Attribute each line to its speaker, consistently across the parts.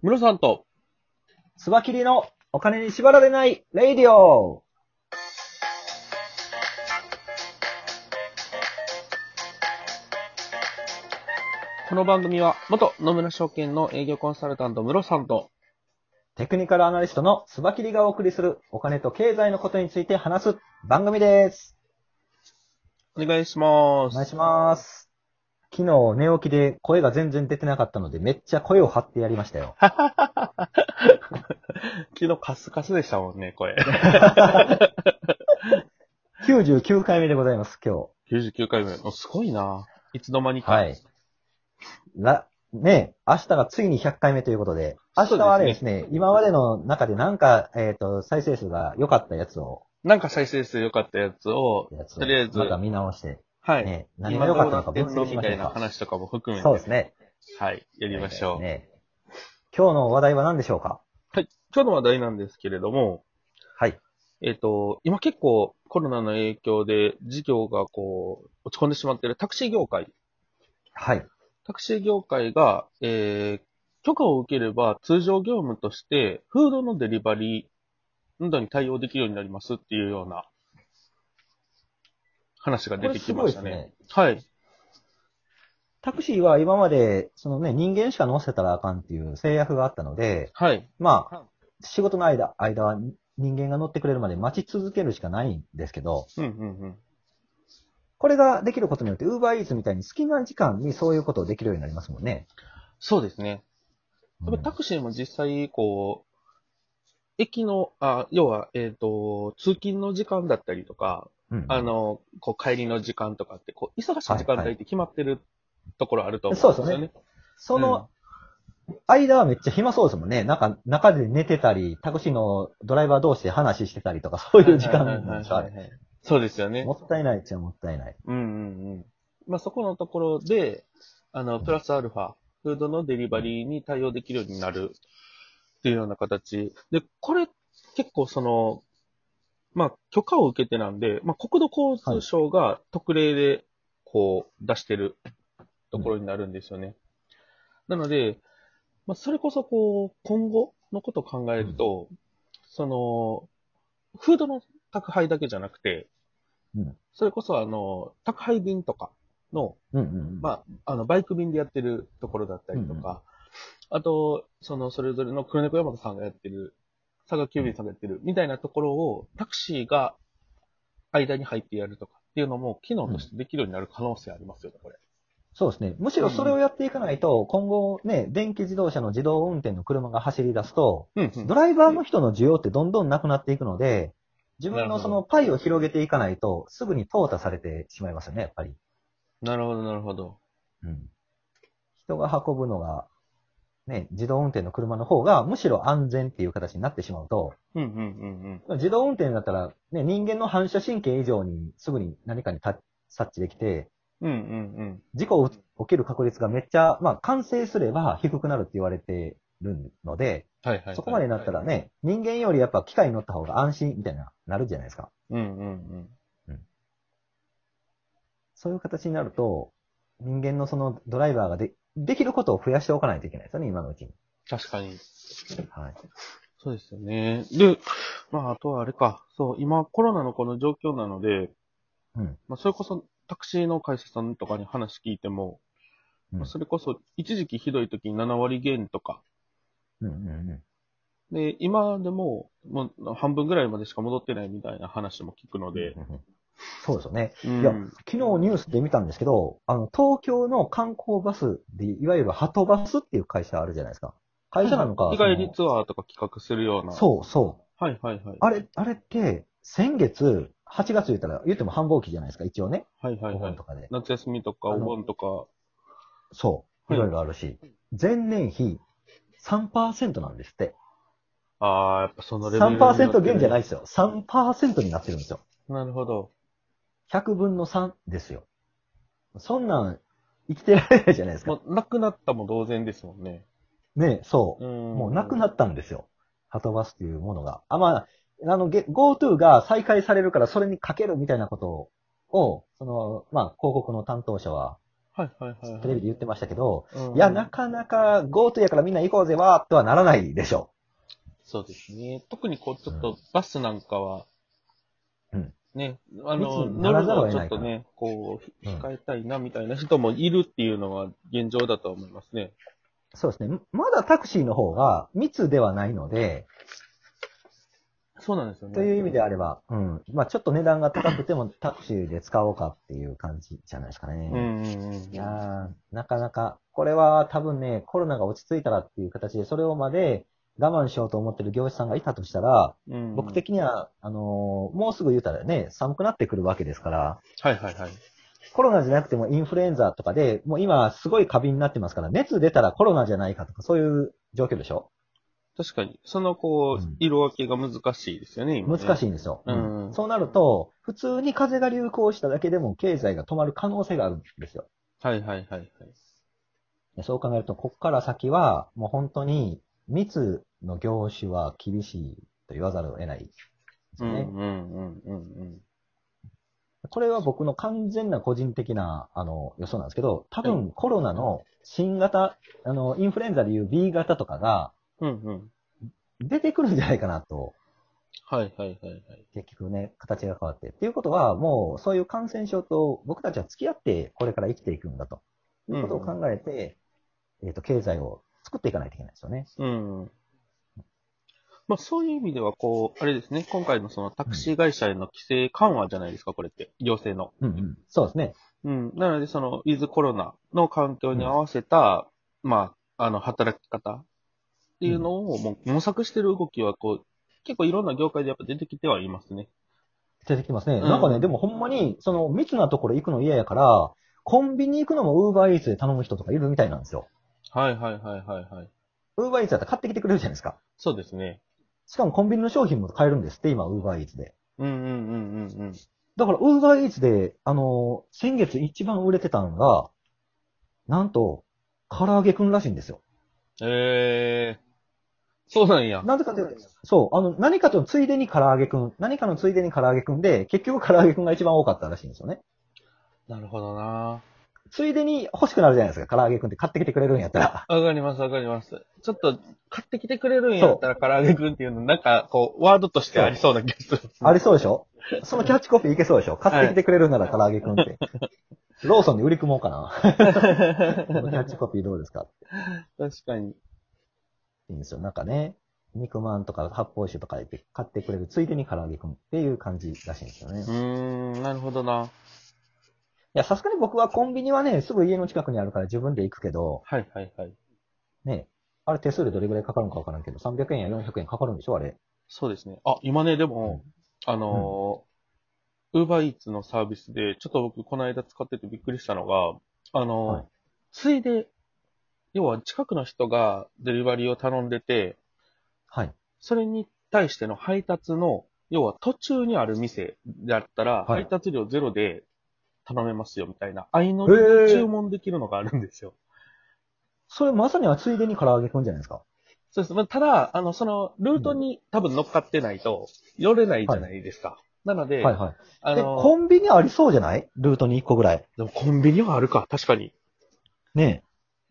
Speaker 1: ムロさんと、
Speaker 2: スバキリのお金に縛られないレイディオ
Speaker 1: この番組は、元野村証券の営業コンサルタントムロさんと、
Speaker 2: テクニカルアナリストのスバキリがお送りするお金と経済のことについて話す番組です。
Speaker 1: お願いしま
Speaker 2: お
Speaker 1: す。
Speaker 2: 願いします。昨日寝起きで声が全然出てなかったのでめっちゃ声を張ってやりましたよ。
Speaker 1: 昨日カスカスでしたもんね、 声。
Speaker 2: 99回目でございます、今
Speaker 1: 99回目。おすごいないつの間に
Speaker 2: 日。
Speaker 1: か。
Speaker 2: はい。ら、ねえ、明日がついに100回目ということで、明日はあれですね、今までの中でなんか、えっ、と、再生数が良かったやつを、
Speaker 1: なんか再生数良かったやつを、
Speaker 2: やつを
Speaker 1: とりあえず
Speaker 2: また見直して、
Speaker 1: はい。
Speaker 2: ね、何
Speaker 1: 今
Speaker 2: が良
Speaker 1: ど
Speaker 2: か
Speaker 1: う
Speaker 2: った
Speaker 1: な
Speaker 2: のか
Speaker 1: って
Speaker 2: 分
Speaker 1: んの
Speaker 2: 析し
Speaker 1: み
Speaker 2: ま
Speaker 1: た
Speaker 2: しょ
Speaker 1: い
Speaker 2: うか
Speaker 1: な話とかも含め
Speaker 2: そうで
Speaker 1: て、
Speaker 2: すね。
Speaker 1: はい、やりましょう。
Speaker 2: ね。今日の話題は何でしょうか
Speaker 1: 今日の話題なんですけれども、
Speaker 2: はい。
Speaker 1: えっ、と、今結構コロナの影響で事業がこう、落ち込んでしまってるタクシー業界
Speaker 2: はい。
Speaker 1: タクシー業界が、えー、許可を受ければ通常業務としてフードのデリバリーなどに対応できるようになりますっていうような話が出てきましたね。。はい。
Speaker 2: タクシーは今まで、そのね、人間しか乗せたらあかんっていう制約があったので、
Speaker 1: はい。
Speaker 2: ま
Speaker 1: は
Speaker 2: あ、仕事の間、間は人間が乗ってくれるまで待ち続けるしかないんですけど、
Speaker 1: うんうんうん。
Speaker 2: これができることによって、ウーバーイーツみたいに隙間時間にそういうことをできるようになりますもんね。
Speaker 1: そうですね。やっぱタ
Speaker 2: うん
Speaker 1: クシーも実際、こう、駅の、あ要は、えっ、と、通勤の時間だったりとか、
Speaker 2: うん
Speaker 1: あの、こう帰りの時間とかって、こう、忙しい時間帯って決まってるところあると思うんですよね。
Speaker 2: はいはいその間はめっちゃ暇そうですもんね。なんか、中で寝てたり、タクシーのドライバー同士で話してたりとか、そう いう時間なんでしょ、あれ。
Speaker 1: そうですよね。
Speaker 2: もったいないっちゃもったいない。
Speaker 1: うんうんうん。まあ、そこのところで、あの、プラスアルファ、フードのデリバリーに対応できるようになるっていうような形。で、これ結構その、まあ、許可を受けてなんで、まあ、国土交通省が特例で、こう、出してるところになるんですよね。なので、まあ、それこそこう、今後のことを考えると、その、フードの宅配だけじゃなくて、
Speaker 2: うん
Speaker 1: それこそあの、宅配便とかの、
Speaker 2: うんうんうん。
Speaker 1: まあ、あの、バイク便でやってるところだったりとか、あと、その、それぞれの黒猫山田さんがやってる、佐賀急便さんがやってる、みたいなところを、タクシーが間に入ってやるとかっていうのも、機能としてできるようになる可能性ありますよね、これ。
Speaker 2: そうですね。むしろそれをやっていかないと、今後ね、電気自動車の自動運転の車が走り出すと、
Speaker 1: うん、うん
Speaker 2: ドライバーの人の需要ってどんどんなくなっていくので、自分
Speaker 1: なる
Speaker 2: の
Speaker 1: ほど
Speaker 2: そのパイを広げていかないと、すぐに淘汰されてしまいますよね、やっぱり。
Speaker 1: なるほど、なるほど。
Speaker 2: うん。人が運ぶのが、ね、自動運転の車の方が、むしろ安全っていう形になってしまうと、
Speaker 1: うん、うん、うん、
Speaker 2: 自動運転だったら、ね、人間の反射神経以上にすぐに何かにた察知できて、
Speaker 1: うん。うん、うん、
Speaker 2: 事故を起きる確率がめっちゃ、まあ、完成すれば低くなるって言われてるので、
Speaker 1: うん。はい、はいはい。
Speaker 2: そこまでになったらね、人間よりやっぱ機械に乗った方が安心みたいな、なるじゃないですか。
Speaker 1: うん、うん、うん。
Speaker 2: そういう形になると、人間のそのドライバーがで、できることを増やしておかないといけないですよね、今のうちに。
Speaker 1: 確かに。
Speaker 2: はい。
Speaker 1: そうですよね。で、まあ、あとはあれか。そう、今コロナのこの状況なので、
Speaker 2: うん
Speaker 1: まあ、それこそタクシーの会社さんとかに話聞いても、
Speaker 2: うん
Speaker 1: まあ、それこそ一時期ひどい時に7割減とか、
Speaker 2: うんうんう
Speaker 1: で、今でも、もう半分ぐらいまでしか戻ってないみたいな話も聞くの
Speaker 2: ん。
Speaker 1: で、
Speaker 2: そうですよね。
Speaker 1: うん
Speaker 2: いや昨日ニュースで見たんですけど、あの、東京の観光バスで、いわゆるハトバスっていう会社あるじゃないですか。会社なのか。
Speaker 1: 日帰りツアーとか企画するような。う。
Speaker 2: そうそう。
Speaker 1: はいはいはい。
Speaker 2: あれ、あれって、先月、8月言ったら、言っても繁忙期じゃないですか、一応ね。
Speaker 1: はいはい
Speaker 2: お
Speaker 1: は
Speaker 2: 盆
Speaker 1: い
Speaker 2: と。かで。
Speaker 1: 夏休みとか
Speaker 2: あ
Speaker 1: お
Speaker 2: の
Speaker 1: 盆とか。
Speaker 2: そう。
Speaker 1: はい
Speaker 2: いろいろあるし。前年比3%なんですって。
Speaker 1: ああ、やっぱそのレベルになってる。
Speaker 2: 3%減じゃない
Speaker 1: い。
Speaker 2: ですよ。3%になってるんですよ。
Speaker 1: なるほど。
Speaker 2: 100分の3ですよ。そんなん、生きてられないじゃないですか。
Speaker 1: もうなくなったも同然ですもんね。
Speaker 2: ねそう。
Speaker 1: ん。
Speaker 2: もうなくなったんですよ。ハトバスというものが。あ、まあ、あの、げ GoTo が再開されるからそれにかけるみたいなことを、その、まあ、広告の担当者は
Speaker 1: はいはいはいはい。
Speaker 2: テレビで言ってましたけど、
Speaker 1: うん
Speaker 2: いや、なかなか GoTo やからみんな行こうぜわーっとはならないでしょ
Speaker 1: そうですね。特にこう、ちょっ
Speaker 2: うん
Speaker 1: とバスなんかは、
Speaker 2: うん
Speaker 1: ね、あの、
Speaker 2: 密に
Speaker 1: 乗
Speaker 2: なら
Speaker 1: る
Speaker 2: ざる
Speaker 1: の
Speaker 2: を
Speaker 1: は
Speaker 2: 得
Speaker 1: ち
Speaker 2: な
Speaker 1: ょっ
Speaker 2: いか
Speaker 1: と
Speaker 2: ら
Speaker 1: ね、こう、
Speaker 2: うん
Speaker 1: 控えたいなみたいな人もいるっていうのは現状だとは思いますね。
Speaker 2: う。そうですね。まだタクシーの方が密ではないので、
Speaker 1: そうなんですよね。
Speaker 2: という意味であれば、うん。まあちょっと値段が高くてもタクシーで使おうかっていう感じじゃないですかね。
Speaker 1: うんうんうん。
Speaker 2: いやー、なかなか、これは多分ね、コロナが落ち着いたらっていう形で、それをまで我慢しようと思ってる業者さんがいたとしたら、
Speaker 1: うん
Speaker 2: 僕。的には、あのーもうすぐ言うたらね、寒くなってくるわけですから、
Speaker 1: はいはいはい。
Speaker 2: コロナじゃなくてもインフルエンザとかで、もう今すごい過敏になってますから、熱出たらコロナじゃないかとか、そういう状況でしょ
Speaker 1: 確かに、そのこう、
Speaker 2: うん
Speaker 1: 色分けが難しいですよね、今、ね。
Speaker 2: 難し
Speaker 1: い。
Speaker 2: いんですよ。
Speaker 1: うん
Speaker 2: そうなると、普通に風邪が流行しただけでも経済が止まる可能性があるんですよ。
Speaker 1: はいはいはいはい。
Speaker 2: そう考えると、こっから先は、もう本当に、密の業種は厳しいと言わざるを得ないです
Speaker 1: う
Speaker 2: よ
Speaker 1: ん
Speaker 2: ね。
Speaker 1: うんうんうん
Speaker 2: これは僕の完全な個人的な、あの、予想なんですけど、多分コロナの新型、あの、インフルエンザでいう B 型とかが
Speaker 1: うん。うんうん。
Speaker 2: 出てくるんじゃないかなと、
Speaker 1: はいはいはいはい。
Speaker 2: 結局ね、形が変わって。っていうことは、もうそういう感染症と僕たちは付き合って、これから生きていくんだと。いうことを考えて、えっ、と、経済を作っていかないといけないですよね。
Speaker 1: うん。まあそういう意味では、こう、あれですね、今回のそのタクシー会社への規制緩和じゃないですか、これって、行政の。
Speaker 2: うんうん。そうですね。
Speaker 1: うん。なので、その、ウィズコロナの環境に合わせた、まあ、あの、働き方っていうのを、もう模索してる動きは、こう、結構いろんな業界でやっぱ出てきてはいますね。
Speaker 2: 出てきますね。
Speaker 1: ん
Speaker 2: なんかね、でもほんまに、その密なところ行くの嫌やから、コンビニ行くのもウーバーイーツで頼む人とかいるみたいなんですよ。
Speaker 1: はいはいはいはいはい。
Speaker 2: ウーバーイーツだったら買ってきてくれるじゃないですか。
Speaker 1: そうですね。
Speaker 2: しかもコンビニの商品も買えるんですって、今、ウーバーイーツで。
Speaker 1: うんうんうんうんうん。
Speaker 2: だから、ウーバーイーツで、あのー先月一番売れてたのが、なんと、唐揚げくんらしいんですよ。
Speaker 1: ええそうなんや。
Speaker 2: なぜかというと、そう、あの、何かとついでに唐揚げくん、何かのついでに唐揚げくんで、結局唐揚げくんが一番多かったらしいんですよね。
Speaker 1: なるほどな。
Speaker 2: ついでに欲しくなるじゃないですか、唐揚げくんって買ってきてくれるんやったら。
Speaker 1: わかります、わかります。ちょっと、買ってきてくれるんやったら、唐揚げくんっていうの、なんか、こう、ワードとしてありそうな気がする。
Speaker 2: ありそうでしょそのキャッチコピーいけそうでしょ買ってきてくれるなら唐揚げくん って。ローソンに売り込もうか な。このキャッチコピーどうですか
Speaker 1: 確かに。
Speaker 2: いいんですよ。なんかね、肉まんとか発泡酒とか言って買ってくれる、ついでに唐揚げくんっていう感じらしいんですよね。
Speaker 1: う
Speaker 2: い
Speaker 1: ーん、なるほどな。
Speaker 2: や、さすがに僕はコンビニはね、すぐ家の近くにあるから自分で行くけど、
Speaker 1: はいはいはい。
Speaker 2: ね、あれ手数料どれぐらいかかるのかわからんけど、300円や400円かかるんでしょあれ。
Speaker 1: そうですね。あ、今ね、でも、あのー、ウーバーイーツのサービスで、ちょっと僕、この間使っててびっくりしたのが、あのー
Speaker 2: はい
Speaker 1: ついで、要は近くの人がデリバリーを頼んでて、
Speaker 2: はい。
Speaker 1: それに対しての配達の、要は途中にある店であったら、
Speaker 2: はい
Speaker 1: 配達料ゼロで頼めますよみたいな、相乗
Speaker 2: へー
Speaker 1: りで注文できるのがあるんですよ。
Speaker 2: それまさにはついでに唐揚げくんじゃないですか。
Speaker 1: そうです。まあ、ただ、あの、その、ルートに多分乗っかってないと、寄れないじゃないですか。なので、
Speaker 2: はいはい。
Speaker 1: あ
Speaker 2: で、
Speaker 1: の、
Speaker 2: コンビニありそうじゃないルートに1個ぐらい。
Speaker 1: でもコンビニはあるか、確かに。
Speaker 2: ね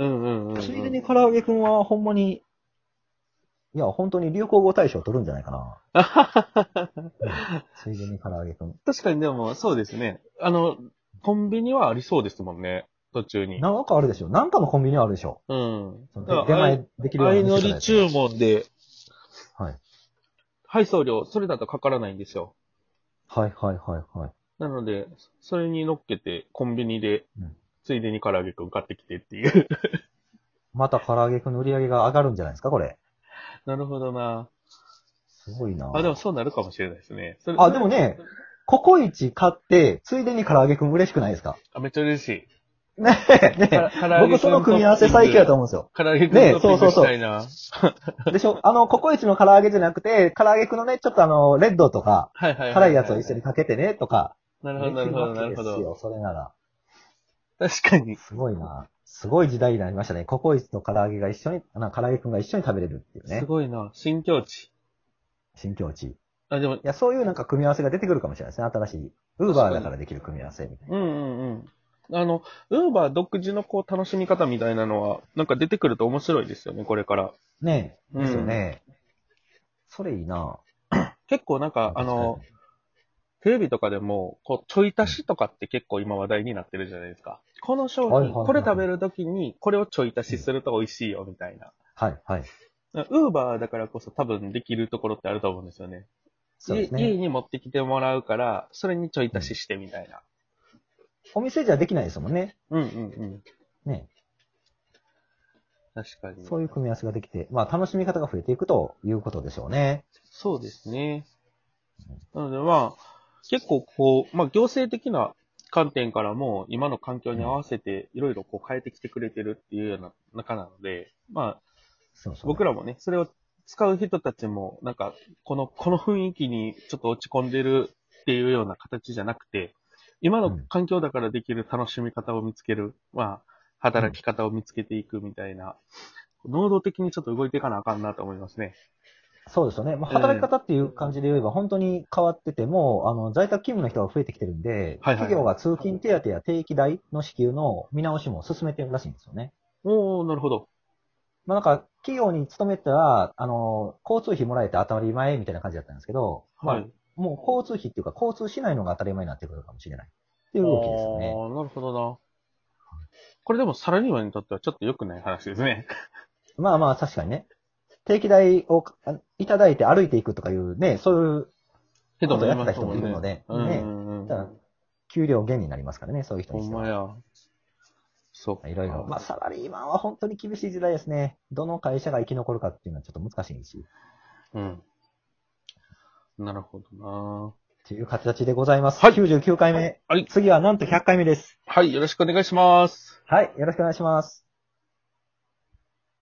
Speaker 1: うんうんうん、うん。
Speaker 2: ついでに唐揚げくんはほんまに、いや、本当に流行語大賞取るんじゃないかな。 ついでに唐揚げくん。
Speaker 1: 確かにでも、そうですね。あの、コンビニはありそうですもんね、途中に。
Speaker 2: なんかあるでしょなんかのコンビニあるでしょ
Speaker 1: うん。
Speaker 2: その
Speaker 1: だか
Speaker 2: 出
Speaker 1: ら
Speaker 2: 前できるよう
Speaker 1: 相乗
Speaker 2: な店じゃない
Speaker 1: り
Speaker 2: です
Speaker 1: 注
Speaker 2: か
Speaker 1: 文で、
Speaker 2: はい。
Speaker 1: 配送料、それだとかからないんですよ。
Speaker 2: はいはいはいはい。
Speaker 1: なので、それに乗っけて、コンビニで
Speaker 2: うん、
Speaker 1: ついでに唐揚げくん買ってきてっていう。
Speaker 2: また唐揚げくんの売り上げが上がるんじゃないですかこれ。
Speaker 1: なるほどな。
Speaker 2: すごいな
Speaker 1: あ、でもそうなるかもしれないですね。それ
Speaker 2: あでもね、ココイチ買って、ついでに唐揚げくん嬉しくないですか
Speaker 1: あ、めっちゃ嬉しい。
Speaker 2: ねえ、ねえ。
Speaker 1: 唐
Speaker 2: 僕その組み合わせ最強だと思うんです よ。
Speaker 1: 唐揚げくん
Speaker 2: ねえ
Speaker 1: トッピング
Speaker 2: そうそうそう
Speaker 1: したいな。
Speaker 2: でしょあの、ココイチの唐揚げじゃなくて、唐揚げくんのね、ちょっとあの、レッドとか、
Speaker 1: はいはいはは
Speaker 2: 辛いやつを一緒にかけてね、とか。
Speaker 1: なるほど、なるほど、なるほ
Speaker 2: できわけです
Speaker 1: ど。
Speaker 2: よ、それなら。
Speaker 1: 確かに。
Speaker 2: すごいな。すごい時代になりましたね。ココイチと唐揚げが一緒に、な唐揚げくんが一緒に食べれるっていう
Speaker 1: す
Speaker 2: ね。
Speaker 1: ごいな。新境地。
Speaker 2: 新境地。い
Speaker 1: あ、でも、
Speaker 2: や、そういうなんか組み合わせが出てくるかもしれないですね。新しい。ウーバーだからできる組み合わせみたいな。
Speaker 1: うんうんうん。あの、ウーバー独自のこう楽しみ方みたいなのは、なんか出てくると面白いですよね、これから。
Speaker 2: ねえ。
Speaker 1: うん
Speaker 2: ですよね。それいいな
Speaker 1: 結構なんか、あの、、テレビとかでも、こう、ちょい足しとかって結構今話題になってるじゃないですか。この商
Speaker 2: はいはい
Speaker 1: 品、
Speaker 2: はい
Speaker 1: これ食べるときに、これをちょい足しすると美味しいよ、みたいな。
Speaker 2: はい、はい。
Speaker 1: ウーバーだからこそ多分できるところってあると思うんですよね。
Speaker 2: そうです
Speaker 1: 家
Speaker 2: ね。
Speaker 1: 家に持ってきてもらうから、それにちょい足ししてみたいな。
Speaker 2: お店じゃできないですもんね。
Speaker 1: うんうんうん。
Speaker 2: ね
Speaker 1: 確かに。
Speaker 2: そういう組み合わせができて、まあ楽しみ方が増えていくということでしょうね。
Speaker 1: そうですね。なのでまあ、結構こう、まあ行政的な観点からも、今の環境に合わせて、いろいろこう変えてきてくれてるっていうような中なので、まあ、
Speaker 2: そうそう。
Speaker 1: 僕らもね、それを使う人たちも、なんか、この、この雰囲気にちょっと落ち込んでるっていうような形じゃなくて、今の環境だからできる楽しみ方を見つける、まあ、働き方を見つけていくみたいな、能動的にちょっと動いていかなあかんなと思いますね。
Speaker 2: そうですよね。まあ、働き方っていう感じで言えば、本当に変わってても、あの、在宅勤務の人が増えてきてるんで、
Speaker 1: はいはい
Speaker 2: 企業が通勤手当や定期代の支給の見直しも進めてるらしいんですよね。
Speaker 1: おー、なるほど。
Speaker 2: まあ、なんか、企業に勤めたら、あの、交通費もらえて当たり前みたいな感じだったんですけど、
Speaker 1: は
Speaker 2: ま
Speaker 1: い。
Speaker 2: あ、もう交通費っていうか、交通しないのが当たり前になってくるかもしれない。っていう動きですよね。
Speaker 1: あーなるほどな。これでもサラリーマンにとってはちょっと良くない話です ね。
Speaker 2: まあまあ、確かにね。定期代をあいただいて歩いていくとかいうね、そうい
Speaker 1: け
Speaker 2: う
Speaker 1: ど
Speaker 2: こ
Speaker 1: も
Speaker 2: とをや
Speaker 1: 今
Speaker 2: った人もいるので、
Speaker 1: うんう
Speaker 2: ね、
Speaker 1: んうん
Speaker 2: だから給料減になりますからね、そういう人
Speaker 1: ほ
Speaker 2: に
Speaker 1: ん
Speaker 2: しては
Speaker 1: まや。そっか
Speaker 2: いろいろ。まあ、サラリーマンは本当に厳しい時代ですね。どの会社が生き残るかっていうのはちょっと難しいし、
Speaker 1: うん。なるほど
Speaker 2: という形でございます。
Speaker 1: はい
Speaker 2: 99回目。
Speaker 1: なはい。
Speaker 2: 次はなんと100回目です。
Speaker 1: はい、よろしくお願いします。
Speaker 2: はい、よろしくお願いします。